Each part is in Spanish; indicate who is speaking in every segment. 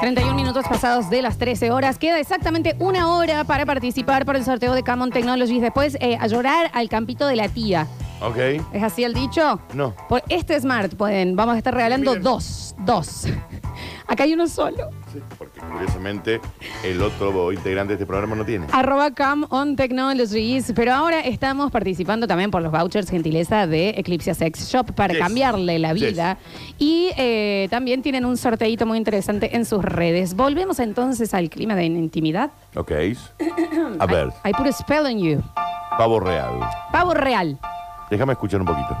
Speaker 1: 31 minutos pasados de las 13 horas. Queda exactamente una hora para participar por el sorteo de Camon Technologies. Después eh, a llorar al campito de la tía.
Speaker 2: Ok.
Speaker 1: ¿Es así el dicho?
Speaker 2: No.
Speaker 1: Por este Smart pueden, vamos a estar regalando
Speaker 2: Miren.
Speaker 1: dos. Dos. Acá hay uno solo.
Speaker 2: Sí, porque curiosamente el otro integrante de este programa no tiene.
Speaker 1: Arroba Cam on Technologies. Pero ahora estamos participando también por los vouchers gentileza de Eclipse Sex Shop para
Speaker 2: Yes.
Speaker 1: cambiarle la
Speaker 2: Yes.
Speaker 1: vida. Y eh, también tienen un sorteito muy interesante en sus redes. Volvemos entonces al clima de intimidad.
Speaker 2: Ok. A ver,
Speaker 1: Hay puro spell on you.
Speaker 2: pavo real.
Speaker 1: Pavo real.
Speaker 2: Déjame escuchar un poquito.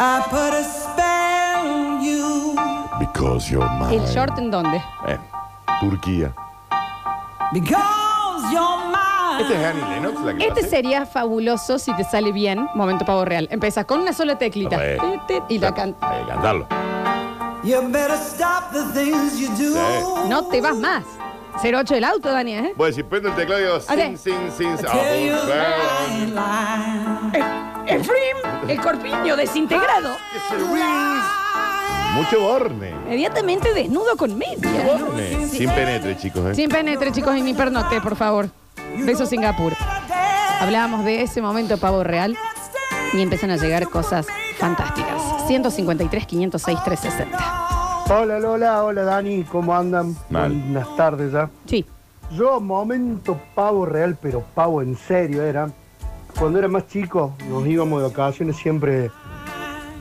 Speaker 3: I put a spell on you
Speaker 2: Because you're mine.
Speaker 1: ¿El short en dónde?
Speaker 2: Eh, Turquía.
Speaker 3: because you're mine.
Speaker 2: Este es Annie Lennox, la que
Speaker 1: Este
Speaker 2: lo hace?
Speaker 1: sería fabuloso si te sale bien. Momento pavo real. Empiezas con una sola teclita.
Speaker 2: Re.
Speaker 1: Tit, tit, Y la cantas.
Speaker 2: Hay que cantarlo.
Speaker 3: You better stop the things you do.
Speaker 2: Sí.
Speaker 1: No te vas más. 08 del auto, Daniel. ¿eh?
Speaker 2: Voy a decir, prendo el teclado y digo,
Speaker 1: Ok.
Speaker 2: sin, sin, sin.
Speaker 3: Tell you
Speaker 2: ah,
Speaker 3: I ain't lying.
Speaker 1: Eh, El frim, el corpiño desintegrado.
Speaker 2: que se rinse. Mucho borne.
Speaker 1: Inmediatamente desnudo con media.
Speaker 2: Borne. Sin penetre, chicos. eh.
Speaker 1: Sin penetre, chicos, y ni pernote, por favor. Beso Singapur. Hablábamos de ese momento pavo real y empiezan a llegar cosas fantásticas. 153, 506, 360.
Speaker 4: Hola Lola, hola Dani, ¿cómo andan?
Speaker 2: Mal.
Speaker 4: Buenas tardes ya.
Speaker 1: Sí.
Speaker 4: Yo, momento pavo real, pero pavo en serio era. Cuando era más chico, nos íbamos de vacaciones siempre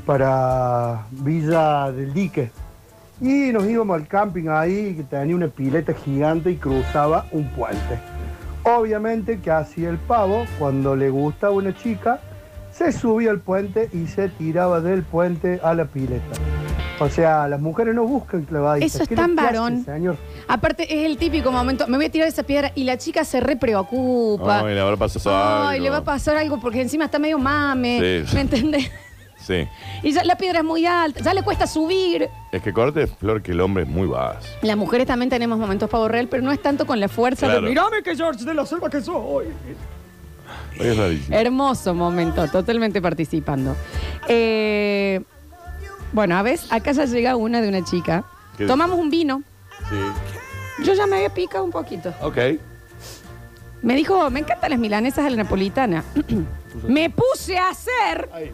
Speaker 4: para Villa del Dique. Y nos íbamos al camping ahí, que tenía una pileta gigante y cruzaba un puente. Obviamente que hacía el pavo, cuando le gustaba una chica, se subía al puente y se tiraba del puente a la pileta. O sea, las mujeres no buscan clavaditas.
Speaker 1: Eso es
Speaker 4: ¿Qué le
Speaker 1: tan
Speaker 4: pasa,
Speaker 1: varón.
Speaker 4: Señor?
Speaker 1: Aparte, es el típico momento. Me voy a tirar esa piedra y la chica se re preocupa.
Speaker 2: Ay, le habrá pasado
Speaker 1: Ay,
Speaker 2: algo.
Speaker 1: le va a pasar algo porque encima está medio mame.
Speaker 2: Sí.
Speaker 1: ¿Me entendés?
Speaker 2: Sí.
Speaker 1: Y ya la piedra es muy alta, ya le cuesta subir.
Speaker 2: Es que corte, Flor, que el hombre es muy vaso.
Speaker 1: Las mujeres también tenemos momentos pavo real, pero no es tanto con la fuerza
Speaker 2: Claro.
Speaker 1: de mirame que George de la selva que soy.
Speaker 2: Oye, Es rarísimo.
Speaker 1: Hermoso momento, totalmente participando. Eh, bueno, a veces acá ya llega una de una chica.
Speaker 2: ¿Qué dice?
Speaker 1: Tomamos un vino.
Speaker 2: Sí.
Speaker 1: Yo ya me había picado un poquito.
Speaker 2: Ok.
Speaker 1: Me dijo, me encantan las milanesas a la napolitana. me puse a hacer,
Speaker 2: Ay.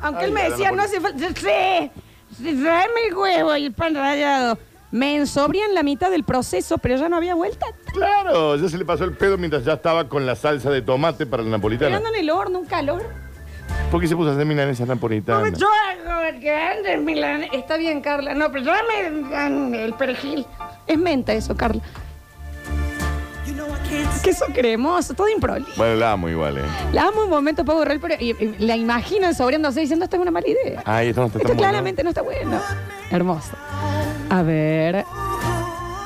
Speaker 1: aunque
Speaker 2: Ay,
Speaker 1: él me
Speaker 2: a la
Speaker 1: decía, no hace falta. Sí, sí, tráeme el huevo y el pan rallado. Me ensobría en la mitad del proceso, pero ya no había vuelta.
Speaker 2: Claro, ya se le pasó el pedo mientras ya estaba con la salsa de tomate para la napolitana.
Speaker 1: Esperando en el horno, un calor.
Speaker 2: ¿Por qué se puso a hacer milanesa napolitana?
Speaker 1: Yo hago grandes milanes. Está bien, Carla. No, pero dame dan el perejil. Es menta eso, Carla.
Speaker 3: You know I can't
Speaker 1: Que eso cremoso, todo improlijo.
Speaker 2: Bueno, la amo igual, ¿eh?
Speaker 1: La amo un momento para borrar, pero y- y la imagino sobriándose diciendo esto es una mala idea.
Speaker 2: Ay, esto no está
Speaker 1: esto
Speaker 2: tan bueno.
Speaker 1: claramente no está bueno. Hermoso. A ver.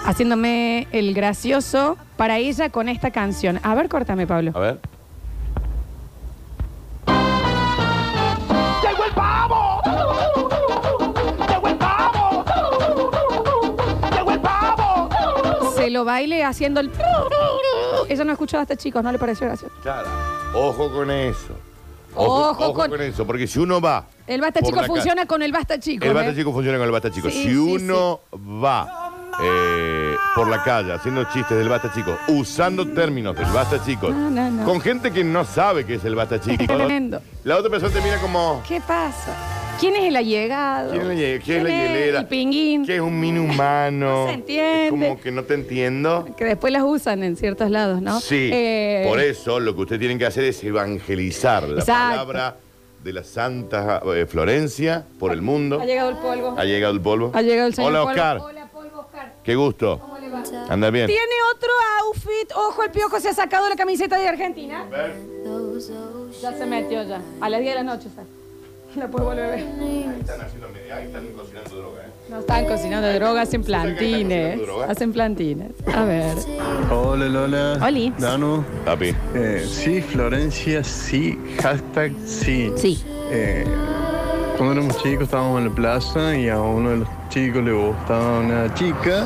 Speaker 1: Haciéndome el gracioso para ella con esta canción. A ver, córtame, Pablo.
Speaker 2: A ver.
Speaker 5: ¡Llegó el pavo! ¡Llegó el pavo! ¡Llegó el pavo!
Speaker 1: Se lo baile haciendo el. Ella no escuchó hasta chicos, este no le pareció gracioso.
Speaker 2: Claro. Ojo con eso.
Speaker 1: Ojo con-
Speaker 2: con... eso, porque si uno va.
Speaker 1: El basta
Speaker 2: por
Speaker 1: chico
Speaker 2: la ca-
Speaker 1: funciona con el basta chico.
Speaker 2: El
Speaker 1: ¿eh?
Speaker 2: bata chico funciona con el bata chico.
Speaker 1: Sí,
Speaker 2: si
Speaker 1: sí,
Speaker 2: uno va eh, por la calle haciendo chistes del bata chico, usando términos del bata chico,
Speaker 1: No, no, no.
Speaker 2: con gente que no sabe qué es el bata chico,
Speaker 1: Tremendo.
Speaker 2: la otra persona te mira como.
Speaker 1: ¿Qué pasa? ¿Quién es el allegado?
Speaker 2: ¿Quién es la, hiel- quién es la
Speaker 1: ¿Quién es
Speaker 2: hielera?
Speaker 1: El pinguín.
Speaker 2: ¿Qué es un mini humano?
Speaker 1: No se entiende.
Speaker 2: Es como que no te entiendo.
Speaker 1: Que después las usan en ciertos lados, ¿no?
Speaker 2: Sí.
Speaker 1: Eh,
Speaker 2: Por eso lo que ustedes tienen que hacer es evangelizar la
Speaker 1: Exacto.
Speaker 2: palabra de la Santa eh, Florencia por el mundo.
Speaker 1: Ha llegado el polvo.
Speaker 2: Ha llegado el polvo.
Speaker 1: Ha llegado el señor
Speaker 2: Hola,
Speaker 1: polvo.
Speaker 2: Oscar.
Speaker 1: Hola, polvo, Oscar.
Speaker 2: Qué gusto. Anda bien.
Speaker 1: Tiene otro outfit. Ojo, el piojo se ha sacado la camiseta de Argentina. Ya se metió ya. A las 10 de la noche, está. La puedo volver a ver.
Speaker 2: Están haciendo media- ahí están cocinando droga, ¿eh?
Speaker 1: No están cocinando drogas, hacen plantines.
Speaker 2: cocinando droga.
Speaker 1: Hacen plantines. A ver.
Speaker 6: Hola Lola.
Speaker 1: Oli.
Speaker 6: Danu.
Speaker 2: Papi.
Speaker 6: Eh, sí, Florencia, sí. Hashtag, sí.
Speaker 1: Sí.
Speaker 6: Eh, cuando éramos chicos estábamos en la plaza y a uno de los chicos le gustaba una chica.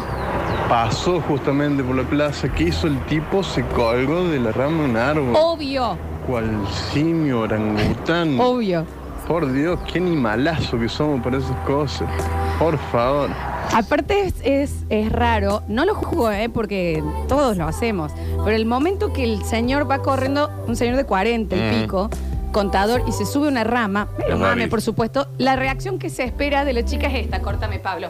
Speaker 6: Pasó justamente por la plaza. ¿Qué hizo el tipo? Se colgó de la rama de un árbol.
Speaker 1: Obvio,
Speaker 2: Mm.
Speaker 6: Cual simio orangután.
Speaker 1: obvio.
Speaker 6: Por Dios, qué animalazo que somos para esas cosas. Por favor.
Speaker 1: Aparte es, es, es raro, no lo juzgo, ¿eh? porque todos lo hacemos, pero el momento que el señor va corriendo, un señor de 40 y
Speaker 2: Mm.
Speaker 1: pico, contador, y se sube a una rama, pero
Speaker 2: Es
Speaker 1: mame,
Speaker 2: rarísimo.
Speaker 1: por supuesto, la reacción que se espera de la chica es esta, córtame Pablo.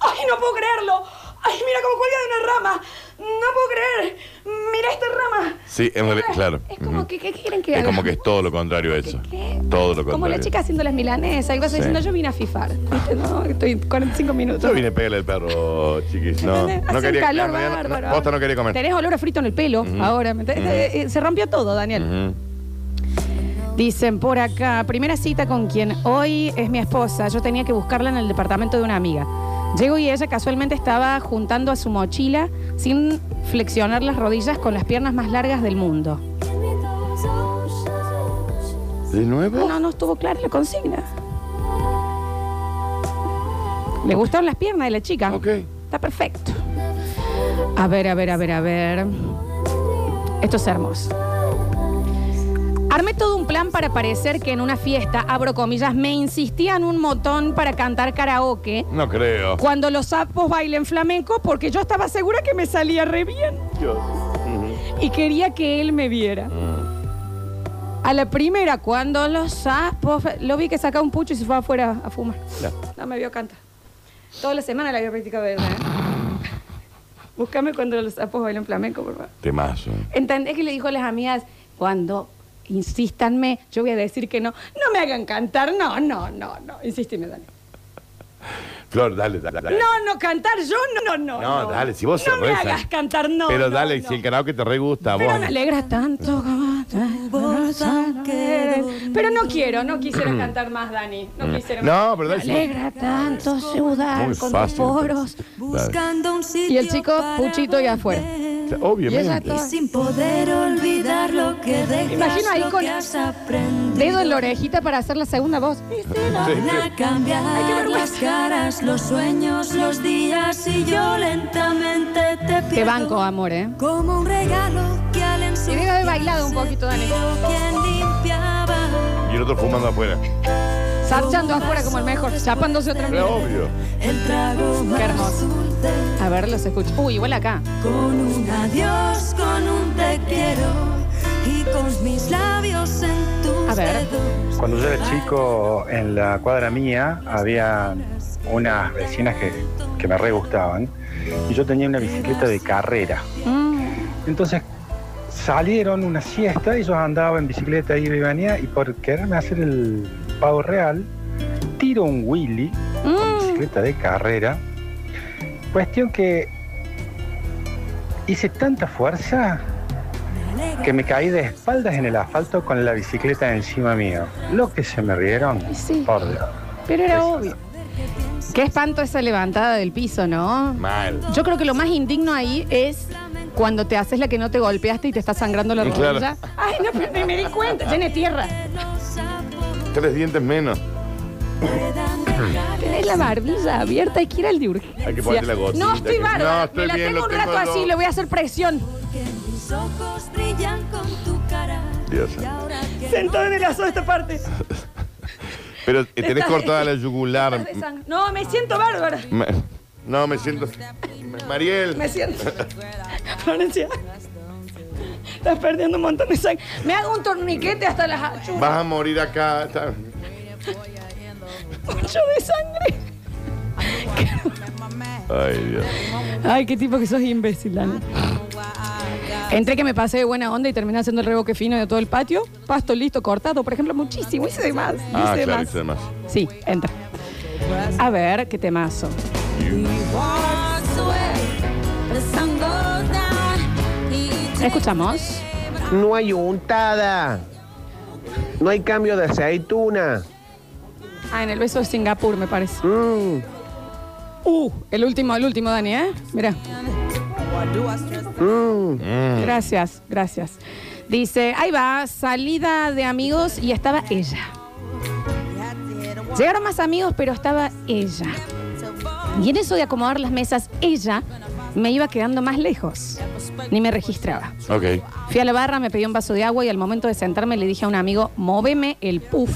Speaker 1: ¡Ay, no puedo creerlo! ¡Ay, mira cómo cuelga de una rama! ¡No puedo creer! ¡Mira esta rama!
Speaker 2: Sí, en realidad, claro.
Speaker 1: Es como
Speaker 2: Ujú.
Speaker 1: que, ¿qué quieren que
Speaker 2: Es
Speaker 1: haga?
Speaker 2: como que es todo lo contrario a eso. Todo lo contrario.
Speaker 1: Como la chica haciendo las milanesas, algo así,
Speaker 2: Sí.
Speaker 1: diciendo, yo vine a fifar. ¿Viste? No, estoy 45 minutos.
Speaker 2: Yo vine a pegarle al perro, chiquis. No,
Speaker 1: ¿Entendés?
Speaker 2: no
Speaker 1: Hace
Speaker 2: quería
Speaker 1: un calor
Speaker 2: no, no,
Speaker 1: bárbaro.
Speaker 2: posta no quería comer.
Speaker 1: Tenés olor a frito en el pelo ahora. ¿me entendés? Eh, eh, Se rompió todo, Daniel.
Speaker 2: Ujú.
Speaker 1: Dicen por acá, primera cita con quien hoy es mi esposa. Yo tenía que buscarla en el departamento de una amiga. Llego y ella casualmente estaba juntando a su mochila sin flexionar las rodillas con las piernas más largas del mundo.
Speaker 2: ¿De nuevo?
Speaker 1: No, no, no estuvo clara la consigna. Le gustaron las piernas de la chica.
Speaker 2: Ok.
Speaker 1: Está perfecto. A ver, a ver, a ver, a ver. Esto es hermoso. Armé todo un plan para parecer que en una fiesta, abro comillas, me insistían un montón para cantar karaoke
Speaker 2: No creo.
Speaker 1: cuando los sapos bailen flamenco porque yo estaba segura que me salía re bien y quería que él me viera. A la primera, cuando los sapos... Lo vi que sacaba un pucho y se fue afuera a fumar.
Speaker 2: Claro.
Speaker 1: No me vio cantar. Toda la semana la había practicado ella. ¿eh? Búscame cuando los sapos bailan flamenco, por favor.
Speaker 2: Temazo.
Speaker 1: ¿Entendés que le dijo a las amigas? Cuando insistanme, yo voy a decir que no. No me hagan cantar, no, no, no, no. Insísteme, Dani.
Speaker 2: Flor, dale, dale. dale.
Speaker 1: No, no, cantar yo, no, no.
Speaker 2: No, dale, si vos
Speaker 1: No
Speaker 2: se
Speaker 1: me
Speaker 2: reza.
Speaker 1: hagas cantar, no.
Speaker 2: Pero
Speaker 1: no,
Speaker 2: dale,
Speaker 1: no.
Speaker 2: si el karaoke te re gusta,
Speaker 1: Pero
Speaker 2: vos.
Speaker 1: me alegra tanto. Pero no quiero, no quisiera cantar más, Dani. No quisiera más.
Speaker 2: Mm. No, pero
Speaker 1: Me
Speaker 2: dale. si-
Speaker 1: alegra tanto ciudad
Speaker 2: Muy
Speaker 1: con tus
Speaker 2: fácil.
Speaker 1: poros.
Speaker 7: Buscando un sitio
Speaker 1: Y el chico,
Speaker 7: para
Speaker 1: puchito y
Speaker 7: volver,
Speaker 1: afuera. Y ella
Speaker 2: Obviamente.
Speaker 1: toda-
Speaker 7: Sin poder olvidar lo que dejas,
Speaker 1: Imagino ahí
Speaker 7: lo
Speaker 1: con-
Speaker 7: que has aprendido.
Speaker 1: Dedo en la orejita para hacer la segunda voz.
Speaker 2: Sí,
Speaker 7: Van a cambiar las caras, los sueños, los días y yo lentamente te pierdo.
Speaker 1: Te banco, amor, ¿eh?
Speaker 7: Como un regalo que al
Speaker 1: Y debe haber bailado un poquito, Dani.
Speaker 7: quien limpiaba
Speaker 2: Y el otro fumando afuera.
Speaker 1: Sarchando afuera como el mejor, chapándose otra vez.
Speaker 2: Pero obvio.
Speaker 7: el trago más
Speaker 1: Qué hermoso.
Speaker 7: azul de-
Speaker 1: A ver, los escucho. Uy, igual acá.
Speaker 7: Con un adiós, con un te quiero y con mis labios en tus
Speaker 1: A ver.
Speaker 7: dedos.
Speaker 8: Cuando yo era chico, en la cuadra mía había unas vecinas que, que me re gustaban y yo tenía una bicicleta de carrera.
Speaker 1: Mm.
Speaker 8: Entonces salieron una siesta y yo andaba en bicicleta iba y venía y por quererme hacer el pavo real, tiro un Willy con bicicleta de carrera. Cuestión que hice tanta fuerza que me caí de espaldas en el asfalto con la bicicleta encima mío. Lo que se me rieron.
Speaker 1: Sí.
Speaker 8: Por Dios.
Speaker 1: Pero era obvio. Qué espanto esa levantada del piso, ¿no?
Speaker 2: Mal.
Speaker 1: Yo creo que lo más indigno ahí es cuando te haces la que no te golpeaste y te está sangrando la
Speaker 2: Y claro.
Speaker 1: rodilla. Ay, no, pero ni me di cuenta. Tiene tierra.
Speaker 2: Tres dientes menos.
Speaker 1: Tenés la barbilla abierta y que ir al de urgencia.
Speaker 2: Hay que ponerte la gotita,
Speaker 1: No, estoy
Speaker 2: que-
Speaker 1: bárbara.
Speaker 2: No, estoy
Speaker 1: me la
Speaker 2: bien,
Speaker 1: tengo
Speaker 2: lo
Speaker 1: un
Speaker 2: tengo
Speaker 1: rato
Speaker 2: lo-
Speaker 1: así, le voy a hacer presión.
Speaker 7: Que mis ojos brillan con tu cara.
Speaker 2: Dios
Speaker 7: Y
Speaker 2: santo.
Speaker 7: ahora que
Speaker 1: Sentado en el lazo de esta parte.
Speaker 2: Pero eh, tenés
Speaker 1: Estás-
Speaker 2: cortada la yugular.
Speaker 1: De sangre. No, me siento bárbara.
Speaker 2: Me- No, me siento. Mariel.
Speaker 1: Me siento. Florencia. Estás perdiendo un montón de sangre. Me hago un torniquete hasta las achuras.
Speaker 2: Vas a morir acá. Está-
Speaker 1: Mucho de sangre.
Speaker 2: Ay, Dios.
Speaker 1: Ay, qué tipo que sos imbécil, Dani. Entré que me pasé de buena onda y terminé haciendo el reboque fino de todo el patio. Pasto listo, cortado, por ejemplo, muchísimo. Hice de más.
Speaker 2: Ah,
Speaker 1: hice de
Speaker 2: claro,
Speaker 1: más.
Speaker 2: hice de más.
Speaker 1: Sí, entra. A ver, qué temazo.
Speaker 7: walks away, the sun goes down, he
Speaker 1: Escuchamos.
Speaker 9: No hay untada. No hay cambio de aceituna.
Speaker 1: Ah, en el beso de Singapur, me parece.
Speaker 9: Mm.
Speaker 1: Uh, el último, el último, Dani, ¿eh? Mira.
Speaker 9: Ah.
Speaker 2: Mm.
Speaker 1: Gracias, gracias. Dice, ahí va, salida de amigos y estaba ella. Llegaron más amigos, pero estaba ella. Y en eso de acomodar las mesas, ella me iba quedando más lejos. Ni me registraba.
Speaker 2: Ok.
Speaker 1: Fui a la barra, me pedí un vaso de agua y al momento de sentarme le dije a un amigo, móveme el puff.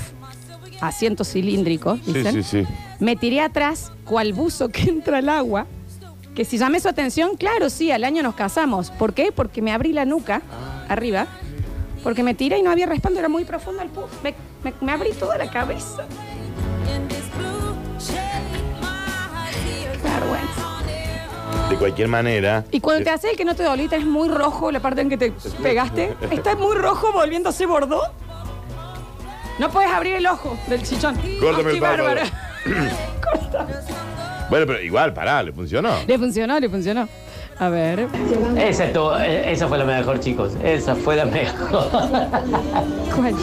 Speaker 1: asientos cilíndricos,
Speaker 2: Sí,
Speaker 1: dicen.
Speaker 2: sí, sí.
Speaker 1: Me tiré atrás, cual buzo que entra al agua. Que si llamé su atención, claro, sí, al año nos casamos. ¿Por qué? Porque me abrí la nuca arriba, porque me tiré y no había respaldo, era muy profundo el puff. Me, me- me abrí toda la cabeza. Qué vergüenza.
Speaker 2: De cualquier manera.
Speaker 1: Y cuando te
Speaker 2: eh,
Speaker 1: hace el que no te dolió, es muy rojo la parte en que te pegaste. Está muy rojo volviéndose bordó. No puedes abrir el ojo del chichón.
Speaker 2: Córtame
Speaker 1: Ay,
Speaker 2: el
Speaker 1: qué
Speaker 2: párpado.
Speaker 1: bárbaro. Corta.
Speaker 2: Bueno, pero igual, pará, le funcionó.
Speaker 1: Le funcionó, le funcionó. A ver.
Speaker 10: Esa, estuvo- eh, esa fue la mejor, chicos. Esa fue la mejor.
Speaker 1: ¿Cuál?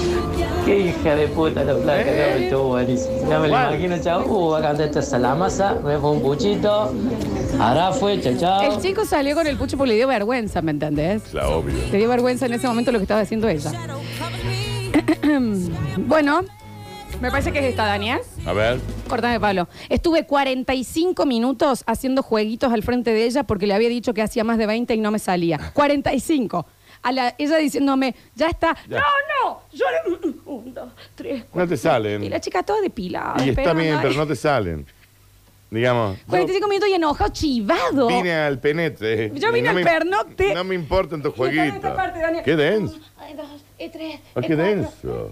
Speaker 10: Qué hija de puta la placa. No,
Speaker 1: Eh.
Speaker 10: me estuvo buenísimo. No me lo
Speaker 2: ¿Cuál?
Speaker 10: imagino, chao. Uh, acá anda esta salamasa. Me fue un puchito. Ahora fue, chao, chao.
Speaker 1: El chico salió con el pucho porque le dio vergüenza, ¿me entendés?
Speaker 2: La obvio.
Speaker 1: Le dio vergüenza en ese momento lo que estaba haciendo ella. bueno, me parece que es esta, Daniel.
Speaker 2: A ver.
Speaker 1: Cortame, Pablo. Estuve 45 minutos haciendo jueguitos al frente de ella porque le había dicho que hacía más de 20 y no me salía. 45. A la- ella diciéndome, ya está.
Speaker 2: Ya.
Speaker 1: No, no. Yo le- Un, dos, tres, cuatro.
Speaker 2: No te salen.
Speaker 1: Y la chica toda depilada.
Speaker 2: Y está
Speaker 1: esperando
Speaker 2: bien,
Speaker 1: ahí.
Speaker 2: pero no te salen. Digamos. yo
Speaker 1: 45 minutos y enojado, chivado.
Speaker 2: Vine al penete. eh,
Speaker 1: Yo vine
Speaker 2: No
Speaker 1: al
Speaker 2: me-
Speaker 1: pernocte.
Speaker 2: No me importan tus
Speaker 1: Y está en esta
Speaker 2: jueguitos.
Speaker 1: parte, Daniel. Mm,
Speaker 2: Qué denso.
Speaker 7: Ay, dos, y tres,
Speaker 2: Ah,
Speaker 7: y
Speaker 2: qué
Speaker 7: cuatro.
Speaker 2: denso.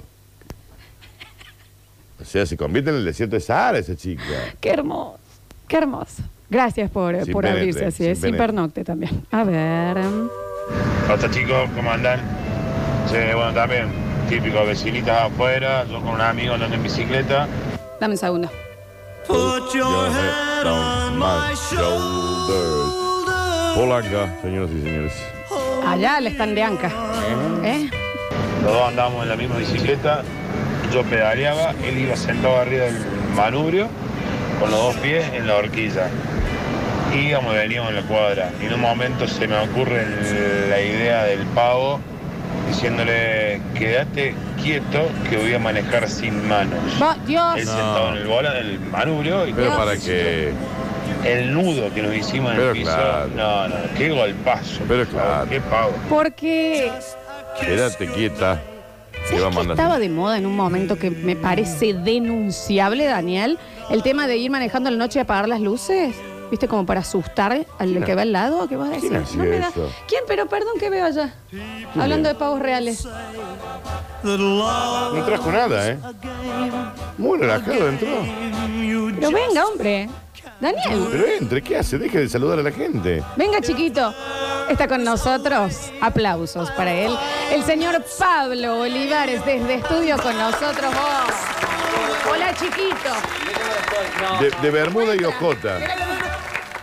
Speaker 2: O sea, se convierte en el desierto de Sahara esa chica.
Speaker 1: Qué hermoso. Qué hermoso. Gracias por,
Speaker 2: Sin
Speaker 1: por
Speaker 2: penetre,
Speaker 1: abrirse así.
Speaker 2: sin
Speaker 1: es. Sin
Speaker 2: penetre.
Speaker 1: pernocte también. A ver.
Speaker 11: Hasta chicos, ¿cómo andan? Sí, bueno, también, típico, vecinitas afuera, yo con un amigo andando en bicicleta.
Speaker 1: Dame un segundo.
Speaker 2: Put your head on my shoulders. Polanca, señoras y señores.
Speaker 1: Allá le están de anca. ¿Eh?
Speaker 11: Los dos andábamos en la misma bicicleta, yo pedaleaba, él iba sentado arriba del manubrio, con los dos pies en la horquilla. Íbamos y veníamos en la cuadra. Y en un momento se me ocurre el- la idea del pavo, diciéndole, quédate quieto que voy a manejar sin manos.
Speaker 1: Va,
Speaker 11: Él
Speaker 1: Dios.
Speaker 11: sentado en el bola, en el manubrio y
Speaker 2: Pero para que.
Speaker 11: El nudo que nos hicimos en
Speaker 2: Pero
Speaker 11: el piso.
Speaker 2: claro.
Speaker 11: No, no, qué golpazo.
Speaker 2: Pero
Speaker 11: por favor,
Speaker 2: claro.
Speaker 11: Qué pavo.
Speaker 1: Porque
Speaker 2: Quédate quieta. Que
Speaker 1: ¿sabes
Speaker 2: vamos
Speaker 1: que
Speaker 2: a andar.
Speaker 1: estaba de moda en un momento que me parece denunciable, Daniel. El tema de ir manejando la noche y apagar las luces. ¿Viste? Como para asustar al que va al lado. ¿Qué vas a decir?
Speaker 2: ¿Quién hacía
Speaker 1: me da-
Speaker 2: eso?
Speaker 1: ¿Quién? Pero perdón que veo allá. Hablando de pavos reales.
Speaker 2: No trajo nada, ¿eh? Muy relajado entró.
Speaker 1: Pero venga, hombre. Daniel.
Speaker 2: Pero entre, ¿qué hace? Deje de saludar a la gente.
Speaker 1: Venga, chiquito. Está con nosotros. Aplausos para él. El señor Pablo Olivares desde estudio con nosotros. vos. Hola, chiquito.
Speaker 2: De, de Bermuda y Ojota.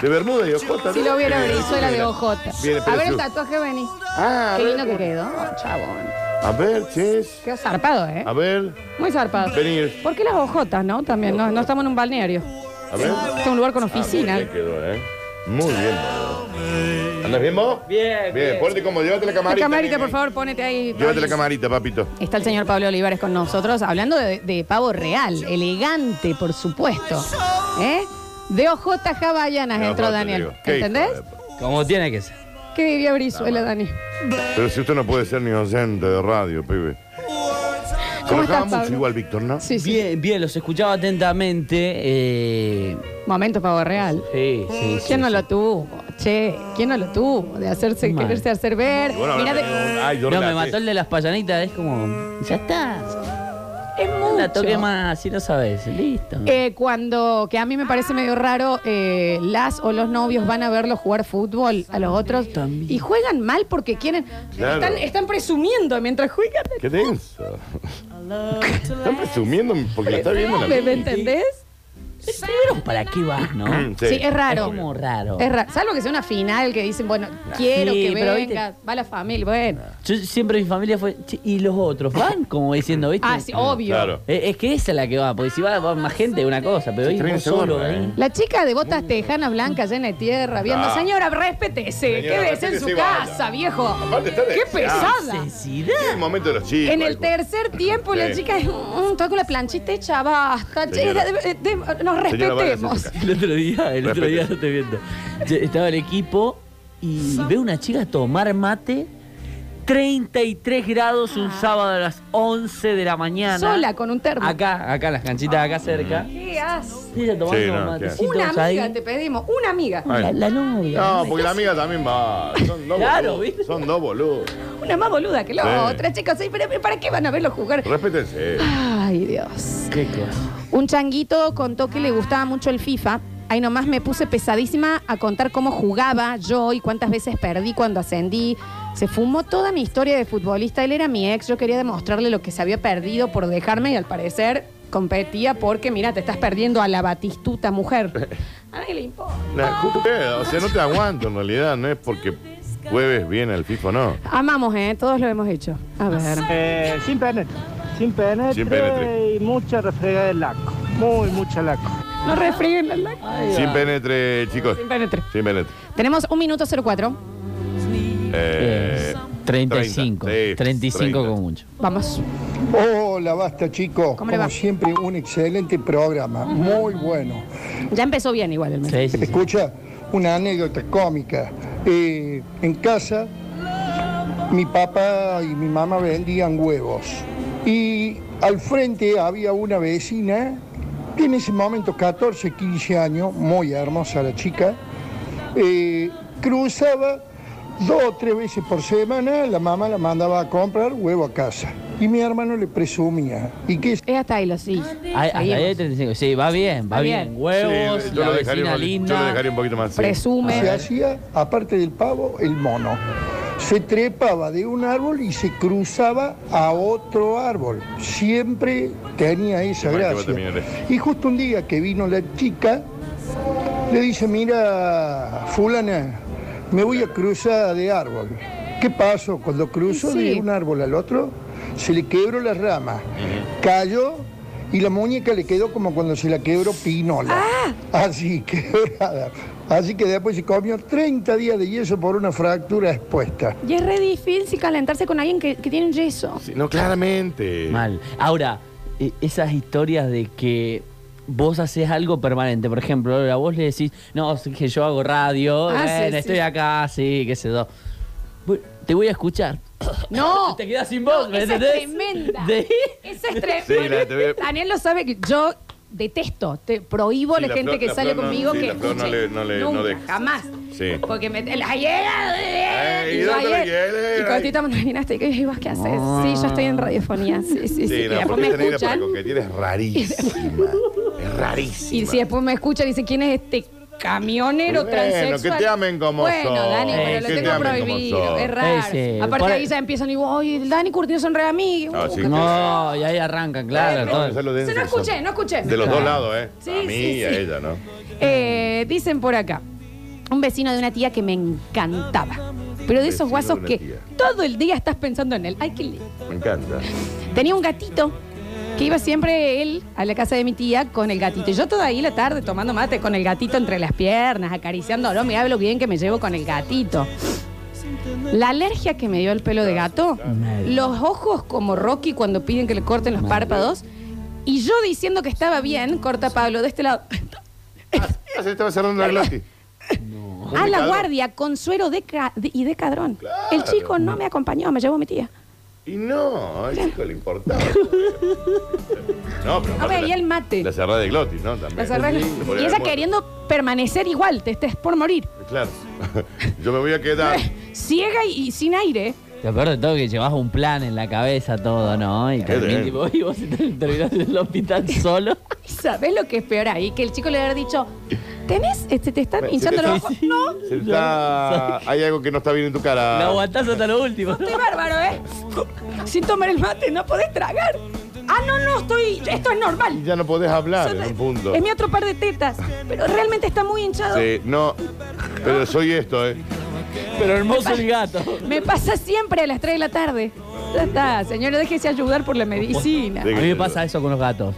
Speaker 2: De Bermuda y Ojota.
Speaker 1: Si
Speaker 2: ¿no?
Speaker 1: lo viera
Speaker 2: Eh,
Speaker 1: Brizuela de
Speaker 2: mira.
Speaker 1: Ojota.
Speaker 2: Viene,
Speaker 1: A
Speaker 2: pero
Speaker 1: ver el
Speaker 2: su-
Speaker 1: tatuaje, vení.
Speaker 2: Ah,
Speaker 1: Qué lindo que quedó, chabón.
Speaker 2: a ver, Ches.
Speaker 1: Quedó zarpado, ¿eh?
Speaker 2: A ver,
Speaker 1: Muy zarpado.
Speaker 2: venir.
Speaker 1: ¿Por qué las ojotas, no? También, no, no estamos en un balneario.
Speaker 2: A ver.
Speaker 1: Este es un lugar con
Speaker 2: Ah,
Speaker 1: oficina.
Speaker 2: muy bien quedó, ¿eh? Muy bien. boludo. ¿Andas bien vos? Bien. Bien, ponte como, llévate la
Speaker 1: La
Speaker 2: camarita.
Speaker 1: camarita,
Speaker 2: nene.
Speaker 1: por favor, ponete ahí.
Speaker 2: Llévate la camarita, papito.
Speaker 1: Está el señor Pablo Olivares con nosotros hablando de, de pavo real, elegante, por supuesto. ¿Eh? De ojotas hawaianas
Speaker 2: No,
Speaker 1: entró
Speaker 2: te
Speaker 1: Daniel.
Speaker 2: digo, qué hijo
Speaker 1: ¿Entendés?
Speaker 2: de-
Speaker 10: Como tiene que ser.
Speaker 1: ¿Qué diría Brizuela, Dani?
Speaker 2: Pero si usted no puede ser ni docente de radio, pibe.
Speaker 1: ¿Cómo
Speaker 2: Trabajaba
Speaker 1: estás,
Speaker 2: mucho
Speaker 1: Pablo?
Speaker 2: igual, Víctor, ¿no?
Speaker 1: Sí, sí.
Speaker 10: Bien, bien, los escuchaba atentamente. eh,
Speaker 1: Momento pavo real.
Speaker 10: sí, sí, sí.
Speaker 1: ¿Quién no lo tuvo? Che, ¿quién no lo tuvo? De hacerse,
Speaker 10: Mal.
Speaker 1: quererse hacer ver.
Speaker 2: Y bueno, ahora
Speaker 1: Mirá de-
Speaker 2: tengo un- Ay,
Speaker 10: No,
Speaker 2: Dorla,
Speaker 10: me
Speaker 2: sí.
Speaker 10: mató el de las payanitas. Es como, ya está.
Speaker 1: es
Speaker 10: No
Speaker 1: mucho.
Speaker 10: la toque más, si no sabes. Listo.
Speaker 1: Eh, cuando, que a mí me parece medio raro, eh, las o los novios van a verlos jugar fútbol a los otros
Speaker 10: También.
Speaker 1: y juegan mal porque quieren.
Speaker 2: Claro.
Speaker 1: Están, están presumiendo mientras juegan.
Speaker 2: Qué denso. Están presumiendo porque lo está viendo la
Speaker 1: ¿Me, me entendés?
Speaker 10: Pero ¿para qué vas, no?
Speaker 2: Mm,
Speaker 1: Sí, es raro.
Speaker 10: Como raro.
Speaker 1: Es raro. Salvo que sea una final que dicen, bueno, quiero
Speaker 10: Sí,
Speaker 1: que
Speaker 10: pero
Speaker 1: venga, va la familia, bueno.
Speaker 10: Yo siempre mi familia fue, "Che, ¿y los otros van? Como diciendo, ¿viste?
Speaker 1: Ah, sí, obvio.
Speaker 2: Claro.
Speaker 10: Eh, Es, que esa es la que va, porque si va, va más gente es una cosa, pero
Speaker 2: Sí,
Speaker 10: ahí
Speaker 2: está bien
Speaker 10: vos
Speaker 2: seguro,
Speaker 10: solo,
Speaker 2: eh.
Speaker 10: ahí.
Speaker 1: La chica de botas tejanas blancas llena de tierra, viendo,
Speaker 2: Ah.
Speaker 1: señora, respétese,
Speaker 2: Señora,
Speaker 1: quédese en su
Speaker 2: respétese y vaya".
Speaker 1: casa, viejo.
Speaker 2: Aparte está de-
Speaker 1: Qué
Speaker 2: Ah.
Speaker 1: pesada.
Speaker 2: Es
Speaker 10: Necesidad.
Speaker 2: el momento de los chicos.
Speaker 1: En el
Speaker 2: hijo.
Speaker 1: tercer tiempo la
Speaker 2: Sí.
Speaker 1: chica es un toque con la planchita hecha, basta, che,
Speaker 2: Señora.
Speaker 1: de- de- de- nos
Speaker 2: Señora, vaya a su
Speaker 1: respetemos.
Speaker 2: casa.
Speaker 10: El otro día, el otro día, no te viendo. Estaba el equipo y veo una chica tomar mate
Speaker 12: 33 grados un sábado a las 11 de la mañana.
Speaker 1: Ah. Sola con un termo.
Speaker 12: Acá, acá, las canchitas acá cerca.
Speaker 1: ¿Qué haces?
Speaker 12: Y ella tomando
Speaker 2: Sí, no,
Speaker 12: un matecito
Speaker 1: Una
Speaker 12: ahí.
Speaker 1: amiga te pedimos, una amiga.
Speaker 12: La, la novia.
Speaker 2: No, porque la amiga también va. Son dos
Speaker 1: Claro,
Speaker 2: boludos. Son dos boludos.
Speaker 1: Una más boluda que la
Speaker 2: Sí.
Speaker 1: otra, chicos. Sí, pero- pero ¿Para qué van a verlo jugar?
Speaker 2: Respétense.
Speaker 1: Ay, Dios.
Speaker 12: Qué cosa.
Speaker 1: Un changuito contó que le gustaba mucho el FIFA. Ahí nomás me puse pesadísima a contar cómo jugaba yo y cuántas veces perdí cuando ascendí. Se fumó toda mi historia de futbolista. Él era mi ex. Yo quería demostrarle lo que se había perdido por dejarme y al parecer competía porque, mira, te estás perdiendo a la batistuta mujer. A nadie le importa.
Speaker 2: Nah, justo usted, o sea, no te aguanto en realidad, no es porque jueves bien al FIFA, no.
Speaker 1: Amamos, ¿eh? Todos lo hemos hecho. A ver.
Speaker 13: Eh, sin penetre. Sin penetre,
Speaker 2: Sin penetre.
Speaker 13: y mucha refrega de laco. Muy mucha laco.
Speaker 1: No refrieguen la
Speaker 2: Sin penetre, chicos.
Speaker 1: Sin penetre.
Speaker 2: Sin penetre.
Speaker 1: Tenemos un minuto 04.
Speaker 2: Eh,
Speaker 14: 35. 35
Speaker 2: 30.
Speaker 14: con mucho.
Speaker 1: Vamos.
Speaker 15: Hola, basta chicos. Como siempre, un excelente programa, muy bueno.
Speaker 1: Ya empezó bien igual el mes.
Speaker 15: Escucha una anécdota cómica. Eh, en casa, mi papá y mi mamá vendían huevos. Y al frente había una vecina, que en ese momento 14, 15 años, muy hermosa la chica, eh, cruzaba dos o tres veces por semana, la mamá la mandaba a comprar huevo a casa. Y mi hermano le presumía. ¿Y qué es?
Speaker 1: hasta ahí lo sí.
Speaker 14: Ahí, hasta ahí
Speaker 1: Seguimos.
Speaker 14: hay 35. Sí, va bien, va,
Speaker 1: Va
Speaker 14: bien.
Speaker 1: bien.
Speaker 14: Huevos,
Speaker 2: Sí, yo
Speaker 14: la
Speaker 2: lo dejaría
Speaker 14: vecina
Speaker 2: un poquito-
Speaker 14: linda.
Speaker 2: yo lo dejaría un poquito más. sí.
Speaker 15: Se hacía, aparte del pavo, el mono. Se trepaba de un árbol y se cruzaba a otro árbol. Siempre tenía esa
Speaker 2: Bueno, que va a
Speaker 15: gracia.
Speaker 2: terminar esto.
Speaker 15: Y justo un día que vino la chica, le dice, mira, fulana, me voy a cruzar de árbol. ¿Qué pasó? Cuando cruzó
Speaker 16: Sí, sí.
Speaker 15: de un árbol al otro, se le quebró la rama, cayó y la muñeca le quedó como cuando se la quebró Pinola. Así, quebrada. Así que después se comió 30 días de yeso por una fractura expuesta.
Speaker 1: Y es re difícil calentarse con alguien que, que tiene un yeso.
Speaker 2: No, claramente.
Speaker 14: Mal. Ahora, e- esas historias de que vos haces algo permanente. Por ejemplo, a vos le decís, no, es que yo hago radio,
Speaker 1: Ah, sí,
Speaker 14: bueno,
Speaker 1: sí.
Speaker 14: estoy acá, sí, qué sé yo. Bu- Te voy a escuchar.
Speaker 1: No.
Speaker 14: Te quedas sin voz, ¿me
Speaker 1: esa es
Speaker 14: entendés?
Speaker 1: tremenda.
Speaker 14: De-
Speaker 1: Esa es
Speaker 14: Sí, la-
Speaker 1: tremenda.
Speaker 14: te ve-
Speaker 1: Daniel lo sabe que yo detesto, te prohíbo
Speaker 2: Sí,
Speaker 1: la,
Speaker 2: la
Speaker 1: gente
Speaker 2: Flor-
Speaker 1: que
Speaker 2: la
Speaker 1: sale
Speaker 2: Flor no-
Speaker 1: conmigo
Speaker 2: sí,
Speaker 1: que
Speaker 2: la Flor no
Speaker 1: escuche.
Speaker 2: le- no le- no
Speaker 1: Nunca,
Speaker 2: deja.
Speaker 1: jamás.
Speaker 2: Sí.
Speaker 1: Porque me. el- ayer.
Speaker 2: Ay,
Speaker 1: y yo
Speaker 2: ¿dónde lo
Speaker 1: ayer.
Speaker 2: quieres?
Speaker 1: Y cuando te estamos en hasta que ibas, ¿qué haces?
Speaker 2: Ah.
Speaker 1: Sí, yo estoy en radiofonía. Sí, sí, sí.
Speaker 2: Sí,
Speaker 1: Y
Speaker 2: no,
Speaker 1: después
Speaker 2: porque
Speaker 1: me
Speaker 2: esta negra para
Speaker 1: escuchan.
Speaker 2: coquetear es rarísima. es rarísima.
Speaker 1: Y si después me escuchan, dice: ¿Quién es este camionero
Speaker 2: Bueno,
Speaker 1: transexual?
Speaker 2: que te amen como
Speaker 1: Bueno,
Speaker 2: sos.
Speaker 1: Dani, pero lo
Speaker 2: Que
Speaker 1: tengo
Speaker 2: te amen como
Speaker 1: prohibido.
Speaker 2: sos.
Speaker 1: Es raro.
Speaker 14: Ese,
Speaker 1: Aparte
Speaker 14: por-
Speaker 1: ahí ya empiezan y digo, oye, el Dani Curtino son re amigos.
Speaker 2: Ah, sí,
Speaker 14: No, y ahí arrancan, claro. todo.
Speaker 1: Se no escuché, no escuché.
Speaker 2: De los dos lados, ¿eh?
Speaker 1: Sí,
Speaker 2: a mí
Speaker 1: sí,
Speaker 2: y a
Speaker 1: sí.
Speaker 2: ella, ¿no?
Speaker 1: Eh, dicen por acá, un vecino de una tía que me encantaba. Pero de esos
Speaker 2: Vecino
Speaker 1: guasos
Speaker 2: de una
Speaker 1: que
Speaker 2: tía.
Speaker 1: todo el día estás pensando en él. Ay, qué lindo.
Speaker 2: Me encanta.
Speaker 1: Tenía un gatito que iba siempre él a la casa de mi tía con el gatito. Y yo toda ahí la tarde tomando mate con el gatito entre las piernas, acariciándolo. Mirá lo bien que me llevo con el gatito. La alergia que me dio el pelo de gato, los ojos como Rocky cuando piden que le corten los párpados, y yo diciendo que estaba bien, corta Pablo de este lado.
Speaker 2: Ah, se estaba cerrando la glotis.
Speaker 1: A la
Speaker 2: Complicado.
Speaker 1: guardia con suero de ca- de- y de cadrón. El chico no me acompañó, me llevó mi tía.
Speaker 2: Y no, al chico le importaba. No, Ah, pero.
Speaker 1: A
Speaker 2: aparte
Speaker 1: ver,
Speaker 2: la-
Speaker 1: y el mate.
Speaker 2: La cerrada de glotis, ¿no? También.
Speaker 1: La cerrada-
Speaker 2: Se podría
Speaker 1: Y
Speaker 2: haber
Speaker 1: ella
Speaker 2: muerto.
Speaker 1: queriendo permanecer igual, te estés por morir.
Speaker 2: Claro. Yo me voy a quedar.
Speaker 1: Ciega y, y sin aire.
Speaker 14: Lo peor de todo es que llevas un plan en la cabeza todo, ¿no? Y, termin-
Speaker 2: bien.
Speaker 14: y vos terminás en el hospital solo.
Speaker 1: ¿Sabes lo que es peor ahí? Que el chico le haber dicho, ¿tenés? Este, te están
Speaker 2: Bueno,
Speaker 1: hinchando
Speaker 2: sí,
Speaker 1: los ojos. No,
Speaker 2: Se está- Hay algo que no está bien en tu cara.
Speaker 14: Lo aguantás hasta lo último.
Speaker 1: estoy bárbaro, ¿eh? Sin tomar el mate, no podés tragar. Ah, no, no, estoy. Esto es normal.
Speaker 2: Y ya no podés hablar en un punto.
Speaker 1: Es mi otro par de tetas. Pero realmente está muy hinchado.
Speaker 2: Sí, no. Pero soy esto, ¿eh?
Speaker 14: Pero hermoso el gato.
Speaker 1: Me pasa siempre a las 3 de la tarde. Ya está, señora, déjese ayudar por la medicina.
Speaker 14: A mí me pasa eso con los gatos.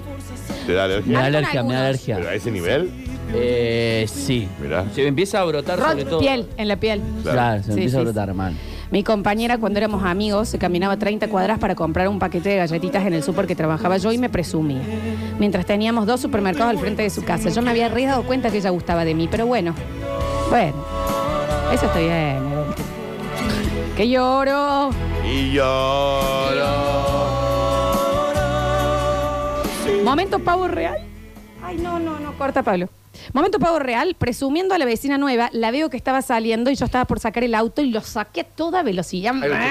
Speaker 2: Te da
Speaker 14: Me
Speaker 2: alergia.
Speaker 14: da alergia, me da alergia.
Speaker 2: ¿Pero a ese nivel?
Speaker 14: Eh, sí. Se me empieza a brotar sobre
Speaker 1: Rot,
Speaker 14: todo.
Speaker 1: piel, en la piel.
Speaker 14: Claro, se me
Speaker 1: Sí,
Speaker 14: empieza a
Speaker 1: sí,
Speaker 14: brotar mal.
Speaker 1: Mi compañera, cuando éramos amigos, se caminaba 30 cuadras para comprar un paquete de galletitas en el súper que trabajaba yo y me presumía. Mientras teníamos dos supermercados al frente de su casa. Yo me había re dado cuenta que ella gustaba de mí, pero bueno. Bueno, eso está bien. Que lloro.
Speaker 2: Y Y lloro.
Speaker 1: Momento pavo real. Ay, no, no, no, corta, Pablo. Momento pavo real, presumiendo a la vecina nueva, la veo que estaba saliendo y yo estaba por sacar el auto y lo saqué a toda velocidad.
Speaker 2: Ahí lo chocó.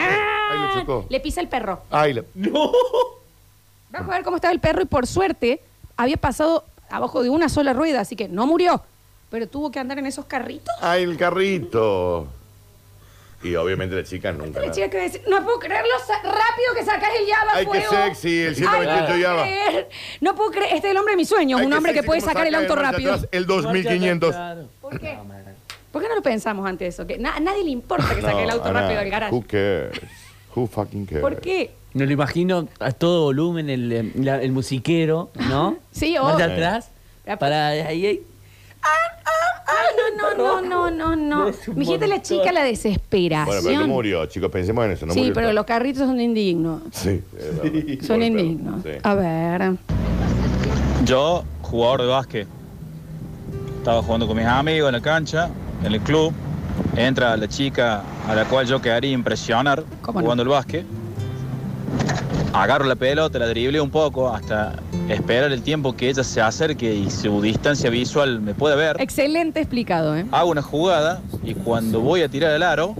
Speaker 2: Ahí lo chocó.
Speaker 1: Le pisa el perro.
Speaker 2: Ahí la-
Speaker 1: Bajo a ver cómo estaba el perro y por suerte había pasado abajo de una sola rueda, así que no murió, pero tuvo que andar en esos carritos.
Speaker 2: Ahí Ah, el carrito. Y obviamente la chica nunca.
Speaker 1: La
Speaker 2: nada.
Speaker 1: chica que decir, no puedo creerlo, sa- rápido que sacas el Java
Speaker 2: Ay, qué
Speaker 1: fuego.
Speaker 2: sexy, el 128
Speaker 1: Ay, no
Speaker 2: Java.
Speaker 1: puedo creer. No puedo creer, este es el hombre de mis sueños, un hombre que
Speaker 2: sexy
Speaker 1: puede
Speaker 2: cómo
Speaker 1: sacar el
Speaker 2: saca de
Speaker 1: auto
Speaker 2: marcha
Speaker 1: rápido.
Speaker 2: atrás el 2500.
Speaker 1: ¿Por qué? ¿Por qué no lo pensamos antes de eso? Que na- a nadie le importa que saque el auto
Speaker 2: Ana,
Speaker 1: rápido del garaje.
Speaker 2: Who cares? Who fucking cares?
Speaker 1: ¿Por qué?
Speaker 14: No lo imagino a todo volumen el, eh, la- el musiquero, ¿no?
Speaker 1: Sí, oh. o-
Speaker 14: Más de
Speaker 1: Sí.
Speaker 14: atrás. Para ahí, ahí.
Speaker 1: Ah, no, no, no, no, no, no.
Speaker 14: Es un
Speaker 1: Mi gente, la
Speaker 14: montón.
Speaker 1: chica la desesperación.
Speaker 2: Bueno, pero no murió, chicos, pensemos en eso. No
Speaker 1: sí,
Speaker 2: murió
Speaker 1: pero
Speaker 2: el
Speaker 1: los carritos son indignos.
Speaker 2: perro. Sí, es verdad.
Speaker 1: Son
Speaker 2: Pobre perro.
Speaker 1: indignos.
Speaker 2: Sí.
Speaker 1: A ver.
Speaker 16: Yo, jugador de básquet, estaba jugando con mis amigos en la cancha, en el club. Entra la chica a la cual yo quedaría impresionar
Speaker 1: no?
Speaker 16: jugando el básquet. Agarro la pelota, la dribleo un poco hasta esperar el tiempo que ella se acerque y su distancia visual me pueda ver.
Speaker 1: Excelente explicado, ¿eh?
Speaker 16: Hago una jugada y cuando voy a tirar el aro,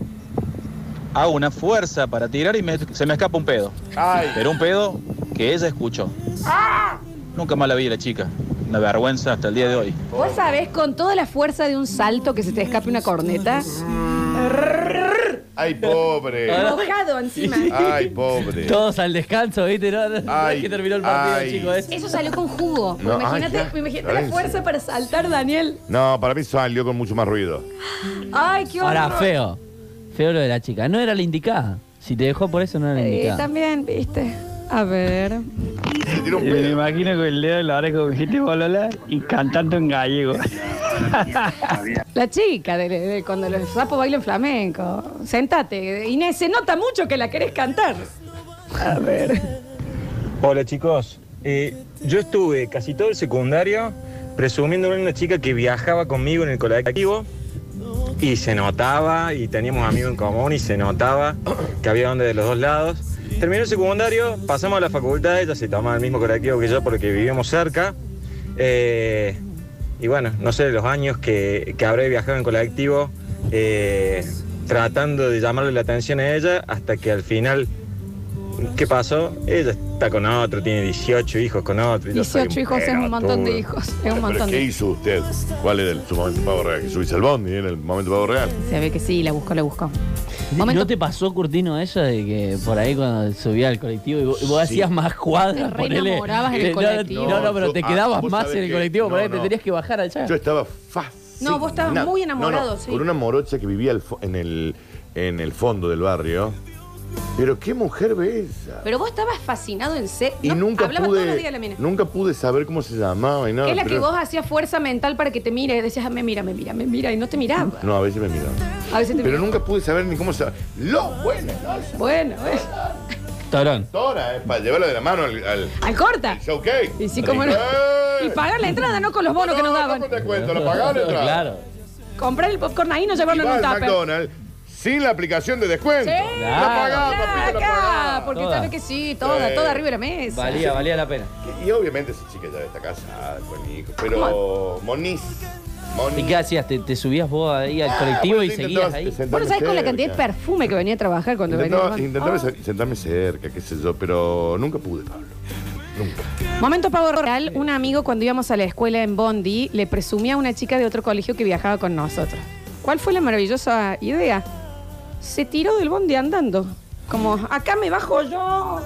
Speaker 16: hago una fuerza para tirar y me- se me escapa un pedo. Pero un pedo que ella escuchó. Nunca más la vi la chica. Una vergüenza hasta el día de hoy.
Speaker 1: Vos sabés, con toda la fuerza de un salto que se te escape una corneta,
Speaker 2: Ay, pobre.
Speaker 1: mojado encima.
Speaker 2: Ay, pobre.
Speaker 14: Todos al descanso, ¿viste? No, no, no,
Speaker 2: Ay,
Speaker 14: es que terminó el partido,
Speaker 2: ay.
Speaker 14: chico. Es...
Speaker 1: Eso salió con jugo.
Speaker 2: No,
Speaker 1: imagínate
Speaker 2: ay, ya.
Speaker 1: imagínate la fuerza para saltar, Daniel.
Speaker 2: No, para mí salió con mucho más ruido.
Speaker 1: Ay, qué horror.
Speaker 14: Ahora, feo. Feo lo de la chica. No era la indicada. Si te dejó por eso, no era la
Speaker 1: Eh,
Speaker 14: indicada.
Speaker 1: también, viste. A ver.
Speaker 13: Me imagino con el dedo en la oreja con gente bolola y cantando en gallego.
Speaker 1: La chica, de, de- cuando los sapos bailan flamenco. Sentate. Inés, se nota mucho que la querés cantar. A ver.
Speaker 17: Hola chicos, Eh, yo estuve casi todo el secundario presumiendo una chica que viajaba conmigo en el colectivo y se notaba y teníamos amigos en común y se notaba que había onda de los dos lados. Terminó el secundario, pasamos a la facultad, ella se tomaba el mismo colectivo que yo porque vivíamos cerca. Eh, y bueno, no sé, los años que, que habré viajado en colectivo eh, tratando de llamarle la atención a ella hasta que al final ¿Qué pasó? Ella está con otro, tiene 18 hijos con otro. y yo soy
Speaker 1: 18 hijos es un montón de hijos. Es un
Speaker 2: ¿Pero
Speaker 1: montón
Speaker 2: qué
Speaker 1: de
Speaker 2: hizo usted? ¿Cuál era el, su momento pavo real? Que subís al bondi en el momento pavo real.
Speaker 1: Se ve que sí, la buscó, la buscó.
Speaker 14: ¿No te pasó, Curtino, eso de que por ahí cuando subía al colectivo y vos, y vos hacías más cuadras?
Speaker 1: Te
Speaker 14: ponele?
Speaker 1: reenamorabas en el
Speaker 14: Eh, no,
Speaker 1: colectivo.
Speaker 14: No, no, pero
Speaker 2: yo-
Speaker 14: te
Speaker 2: ah,
Speaker 14: quedabas
Speaker 2: vos
Speaker 14: más
Speaker 2: sabés
Speaker 14: en el
Speaker 2: que-
Speaker 14: colectivo, por
Speaker 2: no,
Speaker 14: ahí te
Speaker 2: no.
Speaker 14: tenías que bajar allá.
Speaker 2: Yo estaba fácil.
Speaker 1: No, vos estabas muy enamorado,
Speaker 2: no, no,
Speaker 1: sí.
Speaker 2: Con una morocha que vivía al fo- en, el, en el fondo del barrio. Pero qué mujer besa.
Speaker 1: Pero vos estabas fascinado en ser.
Speaker 2: Y nunca
Speaker 1: Hablabas todos los días
Speaker 2: pude.
Speaker 1: de la mina.
Speaker 2: Nunca pude saber cómo se llamaba y nada.
Speaker 1: que es la que
Speaker 2: pero-
Speaker 1: vos hacías fuerza mental para que te mire. Decías, "Ah, me mira, me mira, me mira. Y no te miraba.
Speaker 2: No, a veces me miraba.
Speaker 1: A veces te
Speaker 2: Pero
Speaker 1: miraba.
Speaker 2: nunca pude saber ni cómo se ¡Lo bueno!
Speaker 1: Bueno, eh.
Speaker 14: Torón.
Speaker 2: Tora, es para llevarlo de la mano al, al,
Speaker 1: Al corta.
Speaker 2: al showcase.
Speaker 1: Y sí, como no. Y pagar la entrada, no con los bonos que nos daban.
Speaker 2: te cuento? ¿Lo pagaba la entrada?
Speaker 14: Claro.
Speaker 1: Comprar el popcorn ahí y nos llevaron
Speaker 2: Y
Speaker 1: en
Speaker 2: va
Speaker 1: un
Speaker 2: al
Speaker 1: tupper.
Speaker 2: McDonald's sin la aplicación de descuento.
Speaker 1: Sí,
Speaker 2: Lo pagaba,
Speaker 1: claro,
Speaker 2: papito, lo
Speaker 1: acá,
Speaker 2: pagaba.
Speaker 1: porque
Speaker 2: Toda.
Speaker 1: sabes que sí, toda,
Speaker 2: Sí.
Speaker 1: toda arriba de la mesa.
Speaker 14: Valía, valía la pena.
Speaker 2: Y obviamente esa chica ya está casada con hijos. Pero Moniz.
Speaker 14: ¿Y qué hacías? ¿Te, te subías vos ahí al
Speaker 2: Ah,
Speaker 14: colectivo
Speaker 2: bueno,
Speaker 14: y
Speaker 2: te
Speaker 14: seguías
Speaker 2: intentabas-
Speaker 14: ahí?
Speaker 2: te sentabas
Speaker 1: Bueno, ¿sabes con la
Speaker 2: cerca.
Speaker 1: cantidad de perfume que venía a trabajar cuando venía?
Speaker 2: Intentaba,
Speaker 1: Juan?
Speaker 2: intentaba
Speaker 1: Ah.
Speaker 2: ser- sentarme cerca, qué sé yo, pero nunca pude, Pablo.
Speaker 1: Momento pavo real, un amigo cuando íbamos a la escuela en Bondi le presumía a una chica de otro colegio que viajaba con nosotros. ¿Cuál fue la maravillosa idea? Se tiró del Bondi andando. Como, acá me bajo yo.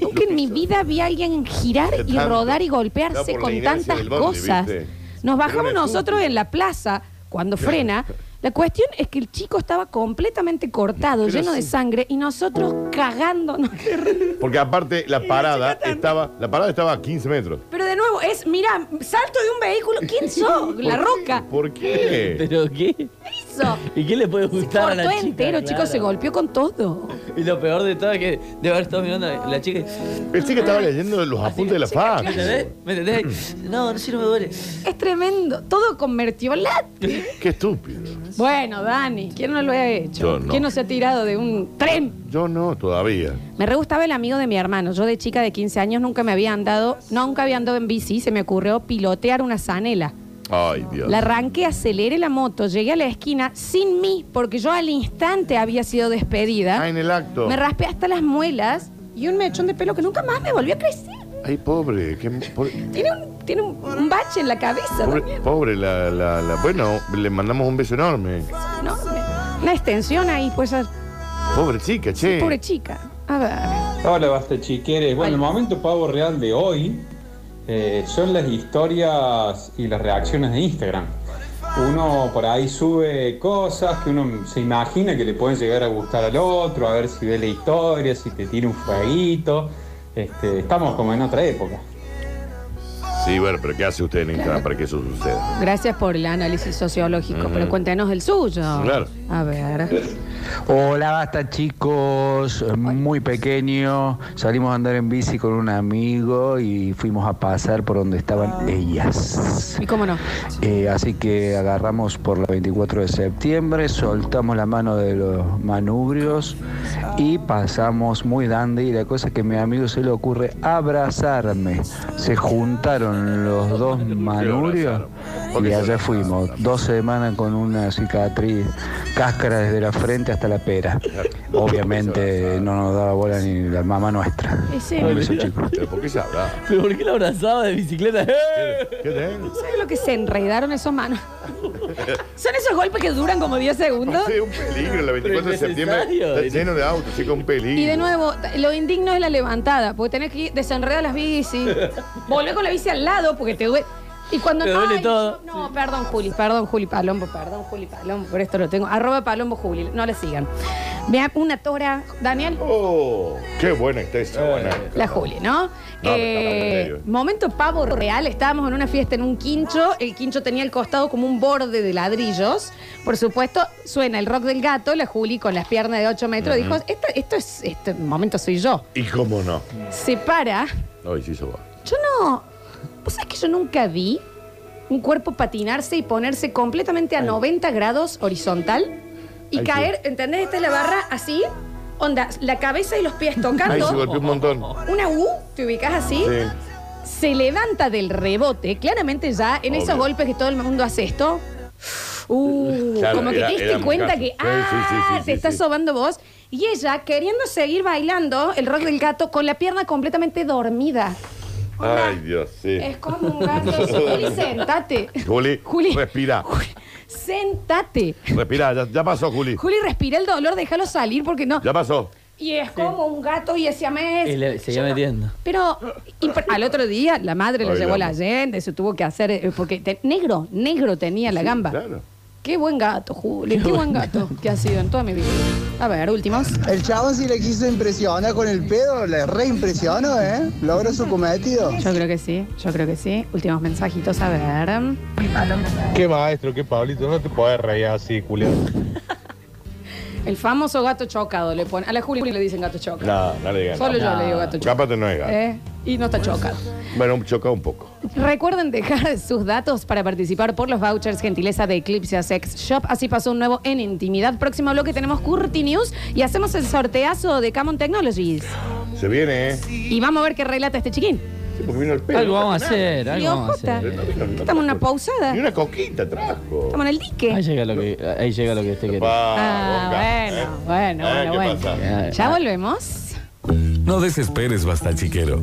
Speaker 1: Nunca en mi vida vi a alguien girar
Speaker 2: De
Speaker 1: y
Speaker 2: tanto.
Speaker 1: rodar y
Speaker 2: Estaba
Speaker 1: golpearse
Speaker 2: por la
Speaker 1: con
Speaker 2: inercia
Speaker 1: tantas
Speaker 2: del bondi,
Speaker 1: cosas.
Speaker 2: ¿viste?
Speaker 1: Nos
Speaker 2: Era
Speaker 1: bajamos
Speaker 2: una
Speaker 1: nosotros en la plaza cuando frena. La cuestión es que el chico estaba completamente cortado,
Speaker 2: Pero
Speaker 1: lleno de
Speaker 2: sí.
Speaker 1: sangre, y nosotros cagándonos de risa.
Speaker 2: Porque aparte la parada estaba, la parada estaba a 15 metros.
Speaker 1: Pero de nuevo, es, mira, salto de un vehículo. ¿Quién sos? La roca.
Speaker 2: ¿Por qué?
Speaker 14: ¿Pero qué?
Speaker 1: Hizo.
Speaker 14: ¿Y qué le puede gustar a la
Speaker 1: Cortó
Speaker 14: chica?
Speaker 1: entero, chicos, se
Speaker 14: Claro.
Speaker 1: golpeó con todo.
Speaker 14: Y lo peor de todo es que de haber estado mirando a la chica.
Speaker 2: El chico estaba leyendo los apuntes de la fac.
Speaker 14: ¿Me entendés? ¿Me entendés? No, no, sí no me duele.
Speaker 1: Es tremendo. Todo con mertiolat.
Speaker 2: Qué estúpido.
Speaker 1: Bueno, Dani, ¿quién no lo ha hecho?
Speaker 2: Yo no.
Speaker 1: ¿Quién no se ha tirado de un tren?
Speaker 2: Yo no, todavía.
Speaker 1: Me re gustaba el amigo de mi hermano. Yo de chica de 15 años nunca me había andado, nunca había andado en bici. Se me ocurrió pilotear una zanela.
Speaker 2: Ay, Dios.
Speaker 1: La arranqué, aceleré la moto, llegué a la esquina sin mí, porque yo al instante había sido despedida.
Speaker 2: Ah, en el acto.
Speaker 1: Me raspé hasta las muelas y un mechón de pelo que nunca más me volvió a crecer.
Speaker 2: Ay, pobre. qué- pobre,
Speaker 1: Tiene un, tiene un, un bache en la cabeza.
Speaker 2: pobre-
Speaker 1: también,
Speaker 2: pobre la, la- la- Bueno, le mandamos un beso enorme.
Speaker 1: ¿no? Una extensión ahí, pues, ser.
Speaker 2: Pobre chica, che.
Speaker 1: pobre chica. A ver.
Speaker 18: Hola, basta chiqueres. Bueno, el momento pavo real de hoy eh, son las historias y las reacciones de Instagram. Uno por ahí sube cosas que uno se imagina que le pueden llegar a gustar al otro, a ver si ve la historia, si te tira un fueguito. Este, estamos como en otra época.
Speaker 2: Sí, bueno, pero ¿qué hace usted en Instagram para que eso suceda?
Speaker 1: Gracias por el análisis sociológico,
Speaker 2: Ujú.
Speaker 1: pero cuéntenos el suyo.
Speaker 2: Claro.
Speaker 1: A ver.
Speaker 19: Hola, basta chicos. Muy pequeño. Salimos a andar en bici con un amigo y fuimos a pasar por donde estaban ellas.
Speaker 1: ¿Y cómo no?
Speaker 19: Eh, así que agarramos por la 24 de septiembre, soltamos la mano de los manubrios y pasamos muy dandy. Y la cosa es que a mi amigo se le ocurre abrazarme. Se juntaron los dos manubrios y allá fuimos. Dos semanas con una cicatriz, cáscara desde la frente hasta la pera. Obviamente no nos daba bola ni la mamá nuestra.
Speaker 1: Ese-
Speaker 19: Un beso, chicos.
Speaker 2: ¿Pero por qué se habla?
Speaker 14: ¿Pero por qué la abrazaba de bicicleta?
Speaker 1: ¿Sabes lo que se enredaron esos manos? Son esos golpes que duran como 10 segundos.
Speaker 2: Sí, un peligro. La 24 de septiembre está lleno de autos, chica, un peligro.
Speaker 1: Y de nuevo, t- lo indigno es la levantada, porque tenés que ir- desenredar las bici, volver con la bici al lado porque te duele. Y cuando
Speaker 14: Te duele
Speaker 1: ay,
Speaker 14: todo.
Speaker 1: yo- No, perdón, Juli, perdón, Juli Palombo, perdón, Juli Palombo, por esto lo tengo. Arroba Palombo Juli, no le sigan. Vean, una tora, Daniel.
Speaker 2: Oh. Qué buena está esa, buena.
Speaker 1: La Juli, ¿no?
Speaker 2: pero
Speaker 1: Eh,
Speaker 2: estamos en serio.
Speaker 1: momento pavo real. Estábamos en una fiesta en un quincho. El quincho tenía al costado como un borde de ladrillos. Por supuesto, suena el rock del gato. La Juli con las piernas de 8 metros
Speaker 2: Ujú.
Speaker 1: dijo: "Esta- Esto es, este momento soy yo.
Speaker 2: ¿Y cómo no?
Speaker 1: Se para.
Speaker 2: Ay, sí, eso va.
Speaker 1: Yo no. ¿Vos sabés que yo nunca vi un cuerpo patinarse y ponerse completamente a 90 grados horizontal y
Speaker 2: Ay, sí.
Speaker 1: caer? ¿Entendés? Esta es la barra así. Onda, la cabeza y los pies tocando.
Speaker 2: Ahí se golpeó un montón.
Speaker 1: Una U, te ubicas así.
Speaker 2: Sí.
Speaker 1: Se levanta del rebote, claramente ya en
Speaker 2: Obvio.
Speaker 1: esos golpes que todo el mundo hace esto. Uh,
Speaker 2: Claro,
Speaker 1: como que
Speaker 2: era-
Speaker 1: te diste
Speaker 2: era muy
Speaker 1: cuenta
Speaker 2: caso.
Speaker 1: que
Speaker 2: Sí,
Speaker 1: ah,
Speaker 2: sí, sí, sí,
Speaker 1: te
Speaker 2: sí,
Speaker 1: estás
Speaker 2: sí.
Speaker 1: sobando vos. Y ella queriendo seguir bailando el rock del gato con la pierna completamente dormida.
Speaker 2: Ay, Dios, sí.
Speaker 1: Es como un gato. Juli, sentate.
Speaker 2: Juli,
Speaker 1: Juli.
Speaker 2: respira.
Speaker 1: Sentate.
Speaker 2: Respira, ya, ya pasó, Juli.
Speaker 1: Juli, respira el dolor, déjalo salir porque no.
Speaker 2: Ya pasó.
Speaker 1: Y es como un gato y ese mes.
Speaker 14: Seguía metiendo.
Speaker 1: Pero impre- al otro día la madre lo
Speaker 14: Ay,
Speaker 1: llevó a
Speaker 14: la
Speaker 1: la gente, se tuvo que hacer, eh, porque te- negro, negro tenía la gamba. Qué buen gato, Juli, qué, buen gato que ha sido en toda mi vida. A ver, últimos.
Speaker 20: El chavo si le quiso impresionar con el pedo, le reimpresionó, ¿eh? Logró su cometido.
Speaker 1: Yo creo que sí, yo creo que sí. Últimos mensajitos, a ver.
Speaker 17: Qué maestro, qué Pablito, no te podés reír así, Julián.
Speaker 1: El famoso gato chocado le pone. A la Juli le dicen gato chocado.
Speaker 2: No, no le digan.
Speaker 1: Solo
Speaker 2: nada.
Speaker 1: yo le digo gato chocado.
Speaker 2: Capaz que no es gato.
Speaker 1: ¿Eh? Y no está chocado.
Speaker 2: Bueno, choca un poco.
Speaker 1: Recuerden dejar sus datos para participar por los vouchers gentileza de Eclipse Sex Shop. Así pasó un nuevo en intimidad. Próximo bloque tenemos Curti News y hacemos el sorteazo de Camon Technologies.
Speaker 2: Se viene, ¿eh?
Speaker 1: Y vamos a ver qué relata este chiquín.
Speaker 2: Sí, porque vino el pelo.
Speaker 14: Algo vamos a
Speaker 2: Nada.
Speaker 14: hacer, algo
Speaker 1: Dios,
Speaker 14: vamos a
Speaker 1: Jota.
Speaker 14: hacer.
Speaker 1: Estamos en una pausada.
Speaker 2: Y una coquita trajo.
Speaker 1: Estamos en el dique.
Speaker 14: Ahí llega lo que, ahí llega lo que usted quiere.
Speaker 1: Ah, bueno, bueno,
Speaker 14: Ah,
Speaker 1: bueno,
Speaker 14: ¿qué
Speaker 1: bueno.
Speaker 14: pasa?
Speaker 1: Ya volvemos.
Speaker 21: No desesperes, basta chiquero.